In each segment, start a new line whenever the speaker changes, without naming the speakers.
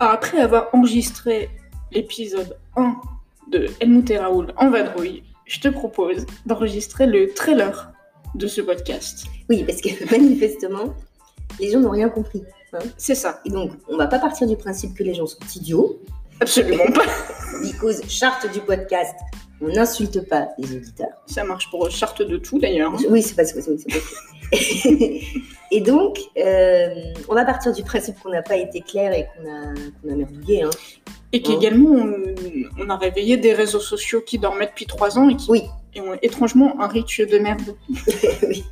Bah, Après avoir enregistré l'épisode 1 de Helmut et Raoul en vadrouille, je te propose d'enregistrer le trailer de ce podcast.
Oui, parce que manifestement, les gens n'ont rien compris. hein.
C'est ça,
Et donc, on va pas partir du principe que les gens sont idiots,
absolument pas.
because charte du podcast, on n'insulte pas les auditeurs.
Ça marche pour charte de tout d'ailleurs. hein.
Oui, c'est pas c'est pas- c'est pas- Et donc, euh, on va partir du principe qu'on n'a pas été clair et qu'on a, qu'on a merdouillé. hein.
Et qu'également, on, on a réveillé des réseaux sociaux qui dormaient depuis 3 ans et qui
Oui.
et ont étrangement un reach de merde.
Oui.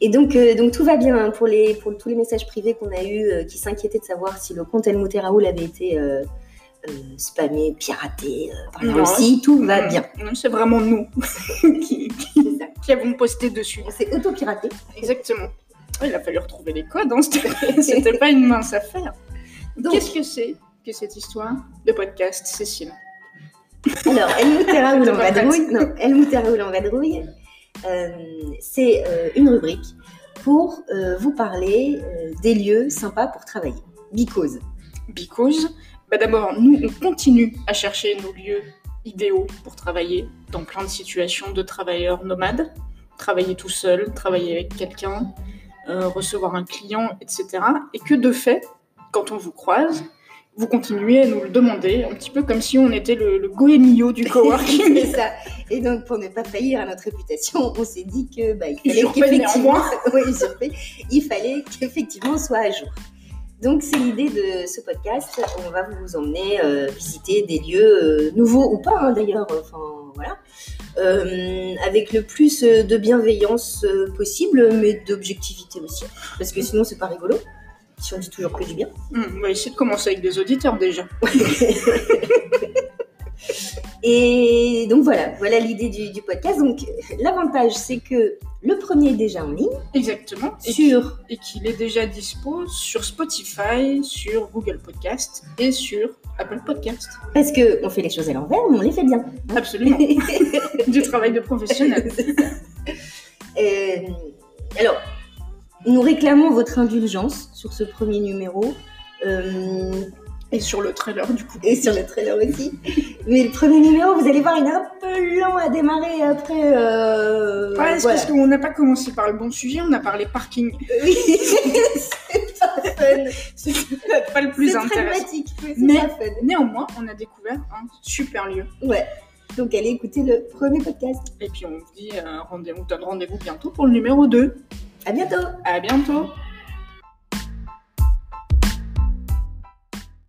Et donc, euh, donc tout va bien hein, pour, les, pour tous les messages privés qu'on a eus euh, qui s'inquiétaient de savoir si le compte Helmut et Raoul avait été euh, euh, spammé, piraté euh, par la
Non.
Russie. Tout va bien.
Non, C'est vraiment nous qui,
C'est ça.
qui avons posté dessus.
On s'est auto-piraté.
Exactement. Il a fallu retrouver les codes, hein, c'était c'était pas une mince affaire.
Donc,
Qu'est-ce que c'est que cette histoire de podcast, Cécile
alors, Helmut et Raoul en
Dans la tête.
vadrouille. Non, Helmut et Raoul en vadrouille. euh, c'est euh, une rubrique pour euh, vous parler euh, des lieux sympas pour travailler. Because.
Because, bah d'abord, nous, on continue à chercher nos lieux idéaux pour travailler dans plein de situations de travailleurs nomades. Travailler tout seul, travailler avec quelqu'un, euh, recevoir un client, etc. Et que de fait, quand on vous croise, vous continuez à nous le demander, un petit peu comme si on était le, le goémio du
C'est
coworking.
ça. Et donc, pour ne pas faillir à notre réputation, on s'est dit que bah, il fallait
Usurpé
qu'effectivement, Ouais, usurpé. il fallait qu'effectivement on soit à jour. Donc, c'est l'idée de ce podcast. On va vous emmener euh, visiter des lieux euh, nouveaux ou pas, hein, d'ailleurs. Enfin, voilà. Euh, avec le plus euh, de bienveillance euh, possible, mais d'objectivité aussi, parce que sinon, c'est pas rigolo. Si on dit toujours que du bien.
Hum, on va essayer de commencer avec des auditeurs déjà.
Et donc voilà, voilà l'idée du, du podcast. Donc l'avantage, c'est que le premier est déjà en ligne
Exactement. Et
sur
et qu'il est déjà dispo sur Spotify, sur Google Podcast et sur Apple Podcast.
parce que on fait les choses à l'envers, mais on les fait bien.
Absolument. du travail de professionnel.
Euh, alors, nous réclamons votre indulgence sur ce premier numéro. Euh,
Et sur le trailer, du coup.
et sur le trailer aussi. Mais le premier numéro, vous allez voir, il est un peu lent à démarrer après. euh,
Ouais, c'est
voilà.
parce qu'on n'a pas commencé par le bon sujet, on a parlé parking.
Oui, c'est pas fun.
C'est pas le plus
C'est
intéressant.
dramatique, mais c'est
Mais-
pas fun.
Néanmoins, on a découvert un super lieu.
Ouais. Donc allez écouter le premier podcast.
Et puis on vous dit euh, rendez-vous, donne rendez-vous bientôt pour le numéro 2.
À bientôt.
À bientôt.